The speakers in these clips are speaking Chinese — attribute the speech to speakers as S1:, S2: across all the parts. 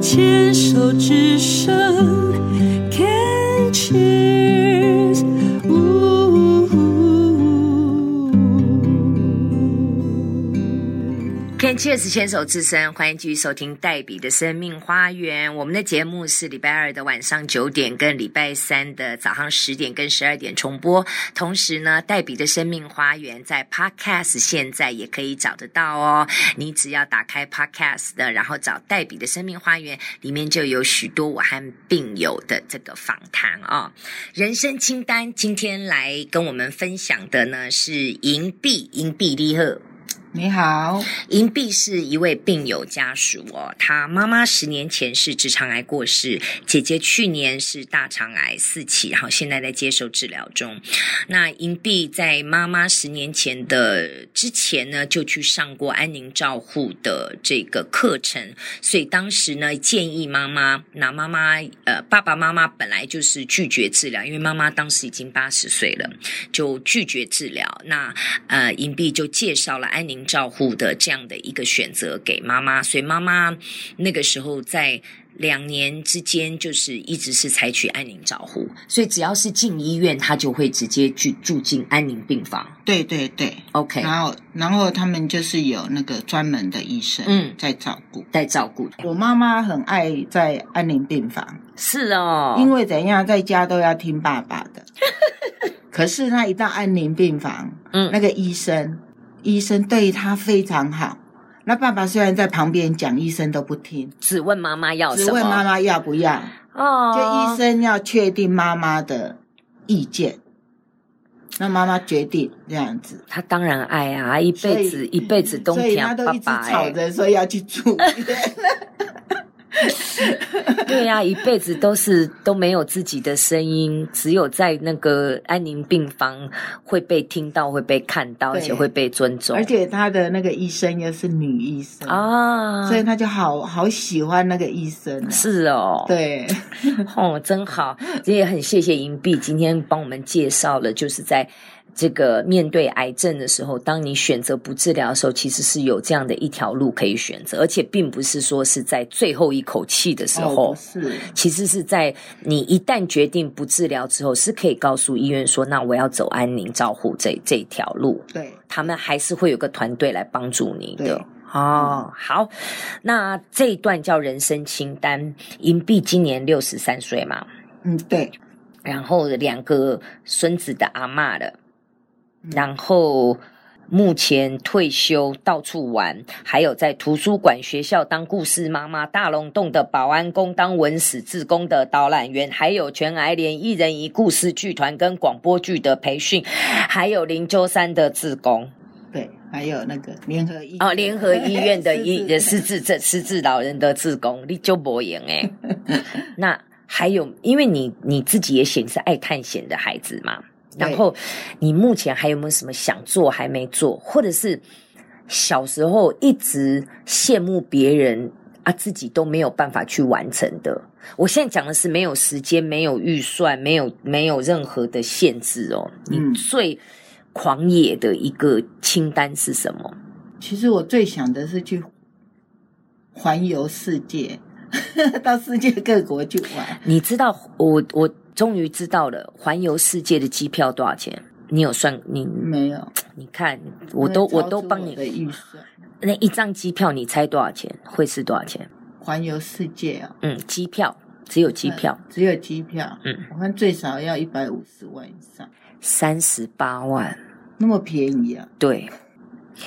S1: 牵手之声，Can cheers。
S2: Can Cheers 牵手之声，欢迎继续收听黛比的生命花园。我们的节目是礼拜二的晚上九点，跟礼拜三的早上十点跟十二点重播。同时呢，黛比的生命花园在 Podcast 现在也可以找得到哦。你只要打开 Podcast 的，然后找黛比的生命花园，里面就有许多我和病友的这个访谈哦。人生清单今天来跟我们分享的呢是银币，银币利赫。
S3: 你好，
S2: 银碧是一位病友家属哦，她妈妈十年前是直肠癌过世，姐姐去年是大肠癌四期，然后现在在接受治疗中。那银碧在妈妈十年前的之前呢，就去上过安宁照护的这个课程，所以当时呢建议妈妈，那妈妈呃爸爸妈妈本来就是拒绝治疗，因为妈妈当时已经八十岁了，就拒绝治疗。那呃银碧就介绍了安宁照护的这样的一个选择给妈妈，所以妈妈那个时候在。两年之间，就是一直是采取安宁照护，所以只要是进医院，她就会直接去住进安宁病房。
S3: 对对对，
S2: OK，
S3: 然后然后他们就是有那个专门的医生
S2: 嗯，
S3: 在照顾。
S2: 在照顾。
S3: 我妈妈很爱在安宁病房，
S2: 是哦，
S3: 因为怎样在家都要听爸爸 的。可是她一到安宁病房，
S2: 嗯
S3: 那个医生医生对她非常好。那爸爸虽然在旁边讲，医生都不听，
S2: 只问妈妈要什
S3: 只
S2: 么？
S3: 问妈妈要不要。
S2: 哦，
S3: 就医生要确定妈妈的意见，那妈妈决定这样子，
S2: 他当然爱啊，一
S3: 所
S2: 辈
S3: 以
S2: 子一辈子都
S3: 所以他
S2: 养
S3: 都
S2: 爸
S3: 一直
S2: 爸、
S3: 吵
S2: 欸，
S3: 着说要 去住院。
S2: 对呀、一辈子都是都没有自己的声音，只有在那个安宁病房会被听到、会被看到，而
S3: 对
S2: 且会被尊重，
S3: 而且他的那个医生又是女医生，
S2: 啊，
S3: 所以他就好好喜欢那个医生、啊
S2: 是哦，
S3: 对，
S2: 哦，真好，也很谢谢银币今天帮我们介绍了，就是在这个面对癌症的时候，当你选择不治疗的时候，其实是有这样的一条路可以选择，而且并不是说是在最后一口气的时
S3: 哦
S2: 候。
S3: 不是，
S2: 其实是在你一旦决定不治疗之后，是可以告诉医院说，那我要走安宁照护这这一条路。
S3: 对，
S2: 他们还是会有个团队来帮助你的
S3: 对。
S2: 哦，好，那这一段叫人生清单。银币今年六十三岁嘛，
S3: 嗯对，
S2: 然后两个孙子的阿嬷了，
S3: 嗯
S2: 然后目前退休到处玩，还有在图书馆、学校当故事妈妈，大龙洞的保安工当文史志工的导览员，还有全癌联一人一故事剧团跟广播剧的培训，还有灵鹫山的志工。
S3: 对，还有那个联合医
S2: 哦，联合医院的医的
S3: 是
S2: 失智症、失智老人的志工，你就博 言哎。那还有，因为你你自己也显是爱探险的孩子嘛，
S3: 对
S2: 然后你目前还有没有什么想做还没做，或者是小时候一直羡慕别人啊，自己都没有办法去完成的？我现在讲的是没有时间、没有预算、没有没有任何的限制哦。你
S3: 嗯
S2: 最狂野的一个清单是什么？
S3: 其实我最想的是去环游世界， 到世界各国去玩。
S2: 你知道我我终于知道了环游世界的机票多少钱？你有算你
S3: 没有，
S2: 你看，我都
S3: 因为
S2: 我
S3: 超出
S2: 都帮
S3: 我的
S2: 你
S3: 预算
S2: 那一张机票，你猜多少钱？会是多少钱？
S3: 环游世界哦，
S2: 嗯，机票只有机票
S3: 嗯只有机票，
S2: 嗯，
S3: 我看最少要一百五十万以上，
S2: 三十八万，
S3: 那么便宜啊，
S2: 对，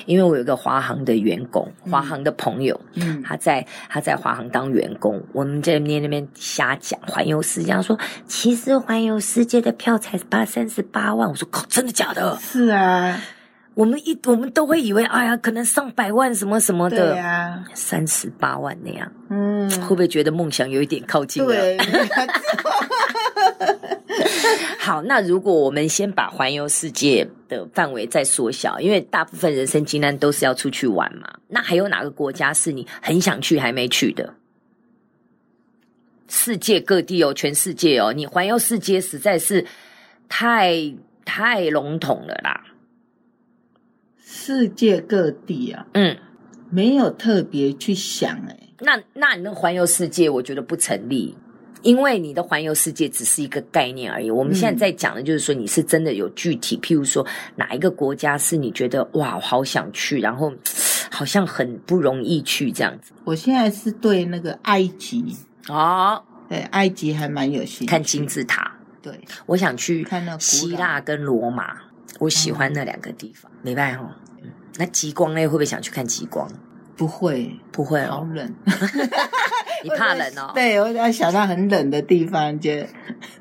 S2: 因为我有一个华航的员工，
S3: 嗯
S2: 华航的朋友，
S3: 嗯，
S2: 他在他在华航当员工，我们在那边那边瞎讲环游世界，他说其实环游世界的票才八三十八万，我说靠，真的假的？
S3: 是啊，
S2: 我们一我们都会以为，哎呀，可能上百万什么什么
S3: 对
S2: 的，
S3: 啊，
S2: 三十八万那样，
S3: 嗯，
S2: 会不会觉得梦想有一点靠近了？
S3: 对，没 错
S2: 好，那如果我们先把环游世界的范围再缩小，因为大部分人生清单都是要出去玩嘛，那还有哪个国家是你很想去还没去的？世界各地哦，全世界哦，你环游世界实在是太太笼统了啦。
S3: 世界各地啊，
S2: 嗯，
S3: 没有特别去想哎、
S2: 那那你那个环游世界，我觉得不成立，因为你的环游世界只是一个概念而已。我们现
S3: 嗯
S2: 在在讲的就是说，你是真的有具体，譬如说哪一个国家是你觉得哇，我好想去，然后嘖好像很不容易去这样子
S3: 我现在是对那个埃及，
S2: 哦。
S3: 对埃及还蛮有兴趣。
S2: 看金字塔，
S3: 对，
S2: 我想去
S3: 看那古老
S2: 希腊跟罗马，我喜欢那两个地方。礼拜哦，嗯那极光呢？会不会想去看极光？
S3: 不会，
S2: 不会
S3: 好
S2: 哦，
S3: 冷。。
S2: 你怕冷哦
S3: 对，我要想到很冷的地方，觉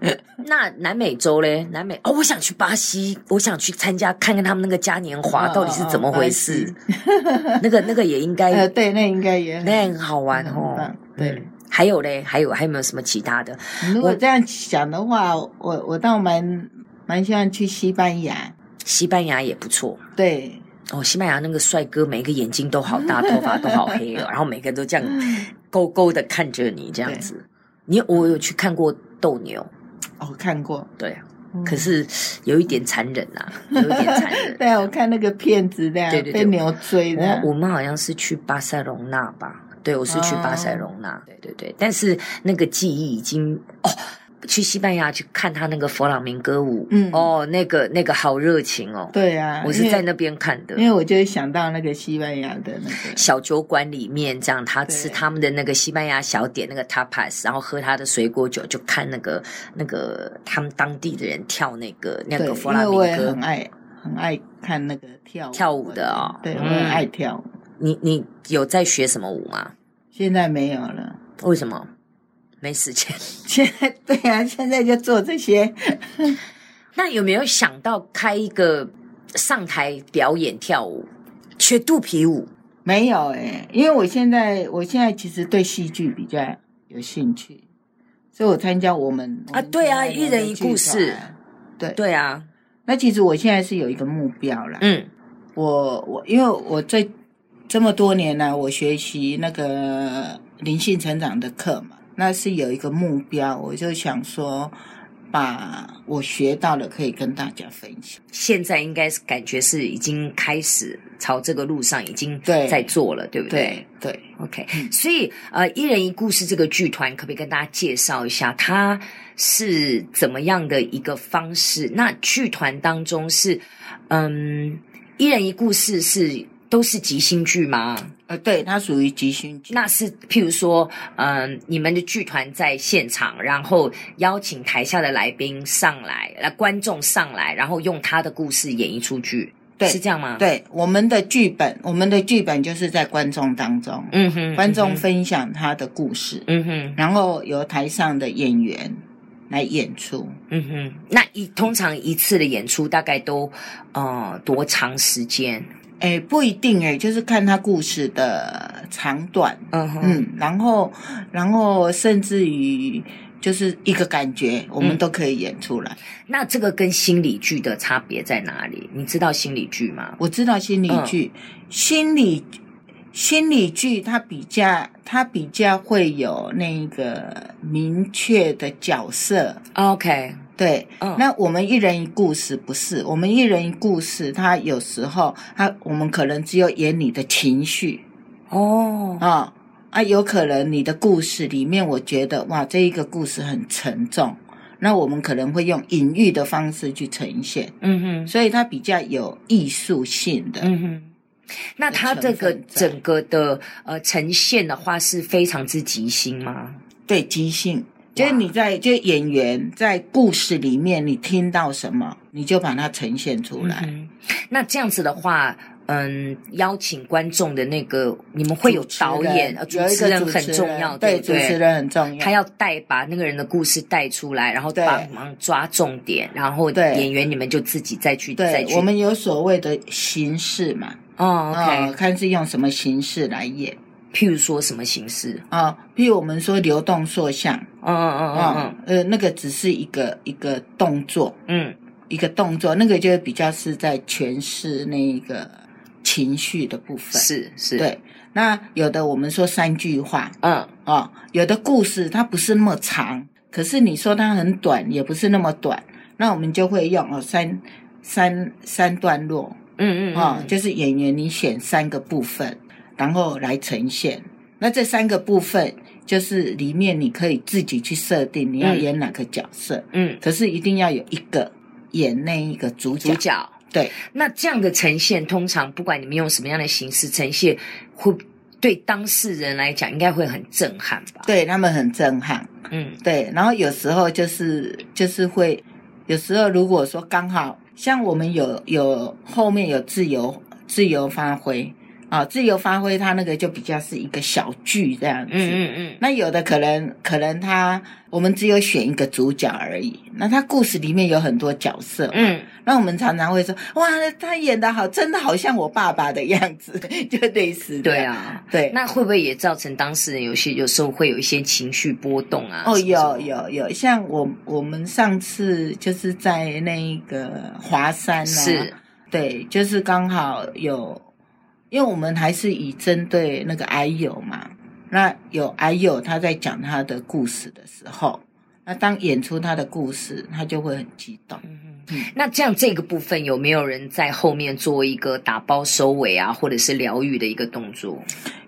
S3: 得
S2: 那南美洲嘞？南美哦，我想去巴西，我想去参加看看他们那个嘉年华到底是怎么回事。
S3: 哦哦？哦巴西
S2: 那个那个也应该、
S3: 呃，对，那应该也很
S2: 哎那很好玩
S3: 很
S2: 哦
S3: 棒。对
S2: 嗯，还有嘞，还有还有没有什么其他的？
S3: 如
S2: 我
S3: 果这样想的话，我我倒蛮蛮希望去西班牙。
S2: 西班牙也不错
S3: 对，
S2: 哦，西班牙那个帅哥，每个眼睛都好大，头发都好黑 哦，然后每个都这样勾勾的看着你这样子。你我有去看过斗牛，
S3: 哦，看过。
S2: 对啊，
S3: 嗯
S2: 可是有一点残忍啊，有一点残忍。
S3: 对啊，我看那个片子的，
S2: 对对对
S3: 被牛追的，
S2: 我我们好像是去巴塞隆纳吧？对，我是
S3: 哦
S2: 去巴塞隆纳。对对对，但是那个记忆已经哦，去西班牙去看他那个佛朗明歌舞，
S3: 嗯
S2: 哦，那个那个好热情哦。，
S3: 对啊，
S2: 我是
S3: 因为
S2: 在那边看的
S3: 因。为我就想到那个西班牙的那个，
S2: 小酒馆里面，这样他吃
S3: 对
S2: 他们的那个西班牙小点那个 tapas，然后喝他的水果酒，就看那个那个他们当地的人跳那个那
S3: 对，
S2: 个佛
S3: 因
S2: 朗
S3: 为我
S2: 明
S3: 也
S2: 歌
S3: 很。爱很爱看那个跳舞
S2: 跳舞的哦
S3: 对，
S2: 嗯
S3: 我很爱跳舞，
S2: 你你有在学什么舞吗？
S3: 现在没有了。
S2: 为什么？没时间。
S3: 现在对啊，现在就做这些。
S2: 那有没有想到开一个上台表演跳舞，学肚皮舞？
S3: 没有哎、因为我现在我现在其实对戏剧比较有兴趣，所以我参加我们
S2: 啊对啊一人一故。
S3: 我
S2: 事
S3: 们现在的剧团对，
S2: 对啊，
S3: 那其实我现在是有一个目标啦。
S2: 嗯
S3: 我我因为我这这么多年来，我学习那个灵性成长的课嘛，那是有一个目标，我就想说，把我学到的可以跟大家分享。
S2: 现在应该是感觉是已经开始朝这个路上已经
S3: 对
S2: 在做了，对不对
S3: 对对，
S2: o k 所以呃，一人一故事这个剧团，可不可以跟大家介绍一下它是怎么样的一个方式？那剧团当中是嗯，一人一故事是都是即兴剧吗？
S3: 呃，对，它属于即兴剧。
S2: 那是譬如说，嗯、你们的剧团在现场，然后邀请台下的来宾上来，呃，观众上来，然后用他的故事演一出剧，
S3: 对
S2: 是这样吗？，
S3: 对我们的剧本，我们的剧本就是在观众当中，
S2: 嗯哼，
S3: 观众
S2: 嗯哼，
S3: 分享他的故事，
S2: 嗯哼，
S3: 然后由台上的演员来演出。
S2: 嗯哼，那一通常一次的演出大概都呃多长时间？
S3: 哎，不一定哎，就是看他故事的长短。
S2: 嗯哼，
S3: 嗯，然后，然后甚至于就是一个感觉，我们都可以演出来。
S2: 那这个跟心理剧的差别在哪里？你知道心理剧吗？
S3: 我知道心理剧，
S2: 嗯
S3: 心理心理剧它比较它比较会有那个明确的角色，
S2: OK，
S3: 对。
S2: 嗯，
S3: 啊那我们一人一故事不是，我们一人一故事，它有时候它我们可能只有演你的情绪，
S2: 哦，
S3: 啊、啊，有可能你的故事里面，我觉得哇，这一个故事很沉重，那我们可能会用隐喻的方式去呈现，
S2: 嗯哼，
S3: 所以它比较有艺术性的。
S2: 嗯哼，那
S3: 的
S2: 它
S3: 成
S2: 这个
S3: 分在
S2: 整个的呃呈现的话是非常之即兴吗？
S3: 对，即兴，就是你在就是演员在故事里面，你听到什么，你就把它呈现出来。
S2: 嗯哼那这样子的话，嗯，邀请观众的那个，你们会有导演、呃
S3: 主
S2: 主
S3: 持人有一
S2: 持
S3: 个
S2: 人
S3: 主持
S2: 很重要，
S3: 对
S2: 不
S3: 主持
S2: 对？
S3: 人很重要。
S2: 他要带把那个人的故事带出来，然后
S3: 对
S2: 帮忙抓重点，然后
S3: 对
S2: 演员你们就自己再去再
S3: 对
S2: 去。
S3: 我们有所谓的形式嘛，
S2: 哦
S3: 啊、
S2: ，OK，、
S3: 看是用什么形式来演
S2: 譬如说什么形式？
S3: 啊、譬如我们说流动塑像。
S2: 嗯嗯嗯
S3: 嗯，呃，那个只是一个一个动作，
S2: 嗯嗯，
S3: 一个动作，那个就比较是在诠释那一个情绪的部分。，
S2: 是是，，
S3: 对。那有的我们说三句话
S2: 嗯
S3: 哦，有的故事它不是那么长，可是你说它很短，也不是那么短，那我们就会用哦三三三段落
S2: 嗯嗯
S3: 哦，
S2: 嗯
S3: 就是演员你选三个部分，然后来呈现。那这三个部分就是里面你可以自己去设定你要
S2: 嗯
S3: 演哪个角色，
S2: 嗯，
S3: 可是一定要有一个演那一个主角。
S2: 主角。
S3: 对，
S2: 那这样的呈现，通常不管你们用什么样的形式呈现，会对当事人来讲应该会很震撼吧？
S3: 对他们很震撼。
S2: 嗯
S3: 对，然后有时候就是就是会，有时候如果说刚好像我们有有后面有自由自由发挥啊，自由发挥它那个就比较是一个小剧这样子。
S2: 嗯嗯
S3: 那有的可能可能他我们只有选一个主角而已，那他故事里面有很多角色，
S2: 嗯
S3: 那我们常常会说哇，他演的好，真的好像我爸爸的样子， 就类似
S2: 嗯，
S3: 这
S2: 对
S3: 样，
S2: 啊。
S3: 对。
S2: 那会不会也造成当事人有些有时候会有一些情绪波动啊？
S3: 哦，
S2: 什么什么
S3: 有，有有，像我我们上次就是在那个华山啊，
S2: 是，
S3: 对，就是刚好有，因为我们还是以针对那个癌友嘛，那有癌友他在讲他的故事的时候，那当演出他的故事，他就会很激动。
S2: 嗯嗯那这样这个部分有没有人在后面做一个打包收尾啊，或者是疗愈的一个动作？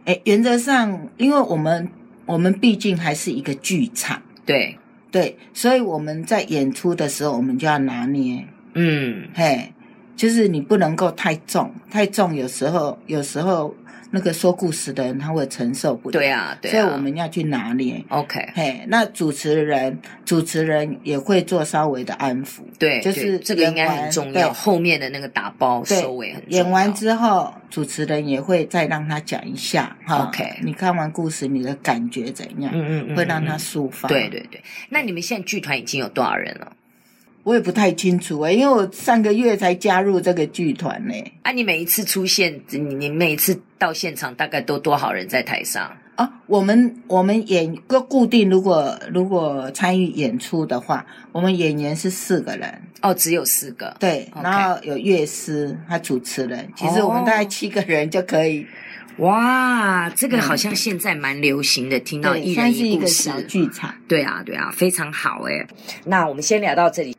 S3: 哎，原则上，因为我们我们毕竟还是一个剧场，
S2: 对，
S3: 对，所以我们在演出的时候，我们就要拿捏。
S2: 嗯
S3: 嘿，就是你不能够太重，太重有时候有时候那个说故事的人他会承受不了，
S2: 对啊，对啊。
S3: 所以我们要去拿捏。
S2: OK，
S3: 嘿，那主持人主持人也会做稍微的安抚，
S2: 对，
S3: 就
S2: 对
S3: 是
S2: 这个应该
S3: 演
S2: 很
S3: 完
S2: 重要，
S3: 对
S2: 后面的那个打包
S3: 对
S2: 收尾很重要。
S3: 演完之后，主持人也会再让他讲一下哈。
S2: OK
S3: 你看完故事，你的感觉怎样？
S2: 嗯嗯嗯，
S3: 会让他
S2: 嗯。
S3: 抒发。
S2: 对，对对，那你们现在剧团已经有多少人了？
S3: 我也不太清楚啊、因为我上个月才加入这个剧团欸呢、
S2: 啊，你每一次出现，你你每一次到现场大概都多少人在台上？
S3: 哦，我们我们演个固定，如果如果参与演出的话，我们演员是四个人，
S2: 哦，只有四个。
S3: 对
S2: OK
S3: 然后有乐师，他主持人，其实我们大
S2: 哦
S3: 概七个人就可以，
S2: 哇，这个好像现在蛮流行的，听到
S3: 嗯对，
S2: 一
S3: 算
S2: 人
S3: 是
S2: 一
S3: 一
S2: 故
S3: 个
S2: 事
S3: 小，剧场。
S2: 对啊，对啊，非常好哎。那我们先聊到这里。